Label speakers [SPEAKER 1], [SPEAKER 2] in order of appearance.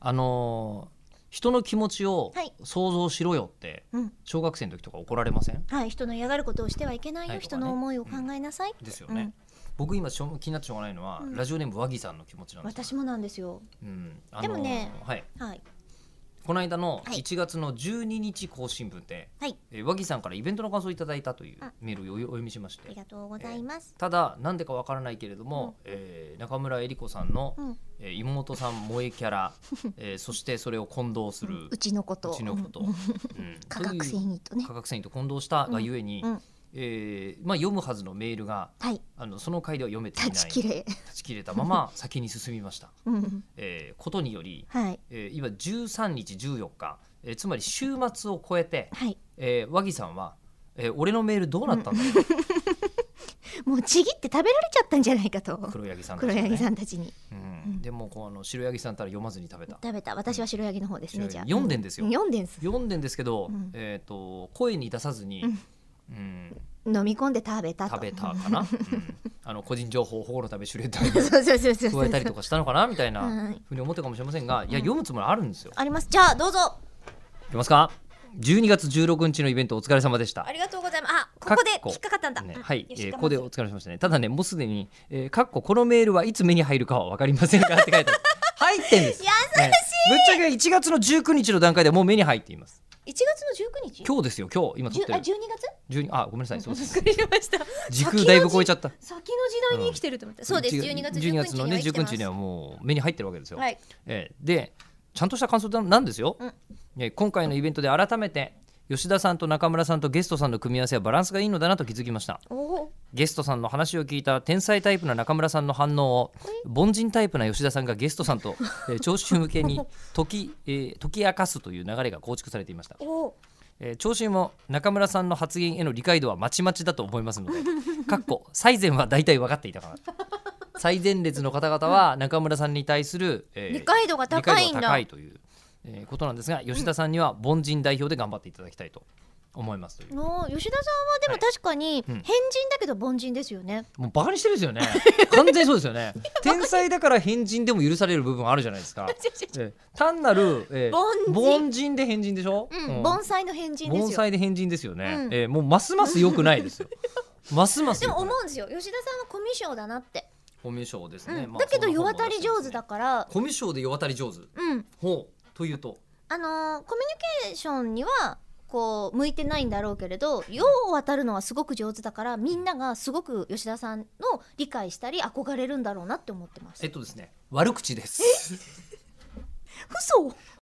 [SPEAKER 1] あのー人の気持ちを
[SPEAKER 2] はい
[SPEAKER 1] 想像しろよって
[SPEAKER 2] うん
[SPEAKER 1] 小学生の時とか怒られません
[SPEAKER 2] はい、人の嫌がることをしてはいけないよ、
[SPEAKER 1] はいとか
[SPEAKER 2] 人
[SPEAKER 1] ね
[SPEAKER 2] の思いを考えなさい、
[SPEAKER 1] ですよね、僕今しょ気になってしょうがないのは、
[SPEAKER 2] うん
[SPEAKER 1] ラジオネーム和木さんの気持ちなんですよ
[SPEAKER 2] 私もなんですよ
[SPEAKER 1] うんあのー
[SPEAKER 2] でもね
[SPEAKER 1] はい、
[SPEAKER 2] はい
[SPEAKER 1] この間の
[SPEAKER 2] はい
[SPEAKER 1] 1月の12日更新分で、
[SPEAKER 2] はい
[SPEAKER 1] えー和木さんからイベントの感想をいただいたという
[SPEAKER 2] あ
[SPEAKER 1] メールをお読みしまし
[SPEAKER 2] あり
[SPEAKER 1] て
[SPEAKER 2] がとうございます、
[SPEAKER 1] ただなんでかわからないけれども、えー中村江里子さんの、
[SPEAKER 2] うん
[SPEAKER 1] えー妹さん萌えキャ ラ、えーそしてそれを混同する
[SPEAKER 2] うちのこと
[SPEAKER 1] うちの こと、
[SPEAKER 2] うん
[SPEAKER 1] うん
[SPEAKER 2] 化学繊
[SPEAKER 1] という
[SPEAKER 2] 維とね
[SPEAKER 1] 化学繊維と混同したがゆえに、
[SPEAKER 2] うんうん
[SPEAKER 1] えーまあ、読むはずのメールが
[SPEAKER 2] はい
[SPEAKER 1] あのその回では読めていない
[SPEAKER 2] 断ち切れ
[SPEAKER 1] 断ち切れたまま先に進みました、
[SPEAKER 2] うん
[SPEAKER 1] えーことにより、
[SPEAKER 2] はい
[SPEAKER 1] えー今13日14日、えーつまり週末を超えて、
[SPEAKER 2] はい
[SPEAKER 1] えー和木さんは、えー俺のメールどうなったんだろう、
[SPEAKER 2] もうちぎって食べられちゃったんじゃないかと
[SPEAKER 1] 黒柳さんたち
[SPEAKER 2] 黒
[SPEAKER 1] がね
[SPEAKER 2] 柳さんたちに
[SPEAKER 1] うん、でもこうあの白柳さんたら読まずに食べた
[SPEAKER 2] 食べた私は白柳の方ですね
[SPEAKER 1] 白
[SPEAKER 2] じゃあ
[SPEAKER 1] 柳読んでんですよ
[SPEAKER 2] う読んでんす
[SPEAKER 1] 読んでんですけど、
[SPEAKER 2] うん
[SPEAKER 1] えっ、と声に出さずに、
[SPEAKER 2] うん
[SPEAKER 1] うん
[SPEAKER 2] 飲み込んで食べたと
[SPEAKER 1] 食べたかな、うんあの個人情報を保護のためシュレッダーに
[SPEAKER 2] そうそうそうそうそ
[SPEAKER 1] 加え
[SPEAKER 2] う
[SPEAKER 1] たりとかしたのかなみたい
[SPEAKER 2] は
[SPEAKER 1] ないふうに思ったかもしれませんが、いや読むつもりあるんですよ。
[SPEAKER 2] ありますじゃあどうぞ
[SPEAKER 1] いきますか12月16日のイベントお疲れ様でした
[SPEAKER 2] あ。りがとうございますあここで引っかかったんだ、
[SPEAKER 1] ね
[SPEAKER 2] うん
[SPEAKER 1] はい、え
[SPEAKER 2] よし
[SPEAKER 1] ー
[SPEAKER 2] 我慢
[SPEAKER 1] ここでお疲れ様でしたね。ただね、もうすでに、えー、かっここのメールはいつ目に入るかはわかりませんかって書いてある。 入ってんです。優しい、ぶっちゃけ1月の19日の段階ではもう目に入っています。
[SPEAKER 2] 1月の19日
[SPEAKER 1] 今日ですよ、今日、今撮
[SPEAKER 2] じゅ
[SPEAKER 1] っ
[SPEAKER 2] あ
[SPEAKER 1] て
[SPEAKER 2] 12
[SPEAKER 1] る
[SPEAKER 2] 月。
[SPEAKER 1] 12あ、ごめんなさい、そうで
[SPEAKER 2] びっ
[SPEAKER 1] す
[SPEAKER 2] く。りしました
[SPEAKER 1] 時空だいぶ超えちゃ
[SPEAKER 2] っ
[SPEAKER 1] った。
[SPEAKER 2] た先の時代に生きてると思った、そうです12月
[SPEAKER 1] 12月
[SPEAKER 2] 19日に
[SPEAKER 1] の
[SPEAKER 2] は
[SPEAKER 1] ね
[SPEAKER 2] 生きて
[SPEAKER 1] 19
[SPEAKER 2] ます
[SPEAKER 1] 日にはもう目に入ってるわけですよ。
[SPEAKER 2] はい
[SPEAKER 1] えーでちゃんとした感想なんですよ、
[SPEAKER 2] うん
[SPEAKER 1] えー今回のイベントで改めて吉田さんと中村さんとゲストさんの組み合わせはバランスがいいのだなと気づきました
[SPEAKER 2] おお
[SPEAKER 1] ゲストさんの話を聞いた天才タイプな中村さんの反応を凡人タイプな吉田さんがゲストさんと、えー聴衆向けに解き,、えー解き明かすという流れが構築されていました
[SPEAKER 2] おお
[SPEAKER 1] えー、聴衆も中村さんの発言への理解度はまちまちだと思います のでかっこ最前は大体分かっていたかな最前列の方々は中村さんに対する、えー
[SPEAKER 2] 理解度が高いん
[SPEAKER 1] 理解度
[SPEAKER 2] だ
[SPEAKER 1] が高いという、えーことなんですが吉田さんには凡人代表で頑張っていただきたいと思いますという、
[SPEAKER 2] の吉田さんはでも確かに
[SPEAKER 1] うん
[SPEAKER 2] 変人だけど凡人ですよ ね、
[SPEAKER 1] もうバカにしてるんですよね完全にそうですよね天才だから変人でも許される部分あるじゃないです か、えー単なる、えー
[SPEAKER 2] 凡
[SPEAKER 1] 凡
[SPEAKER 2] 人
[SPEAKER 1] 人で変人でしょ、
[SPEAKER 2] うん
[SPEAKER 1] うん
[SPEAKER 2] 盆栽の変人で
[SPEAKER 1] 盆
[SPEAKER 2] すよ
[SPEAKER 1] 栽で変人ですよね、
[SPEAKER 2] うん
[SPEAKER 1] えーもうますます良くないですよますます
[SPEAKER 2] で
[SPEAKER 1] 良く
[SPEAKER 2] も
[SPEAKER 1] ない
[SPEAKER 2] 思うんですよ吉田さんはコミュ障だなって、
[SPEAKER 1] コミュ障です
[SPEAKER 2] うん
[SPEAKER 1] ね、まあ
[SPEAKER 2] だけど世渡り上手だ
[SPEAKER 1] そ
[SPEAKER 2] から、
[SPEAKER 1] んな本も出してますねコミュ障で世渡り上手
[SPEAKER 2] うん
[SPEAKER 1] ほうというと
[SPEAKER 2] あのーコミュニケーションにはこう向いてないんだろうけれど世を渡るのはすごく上手だからみんながすごく吉田さんの理解したり憧れるんだろうなって思ってます
[SPEAKER 1] えっとですね悪口です
[SPEAKER 2] 嘘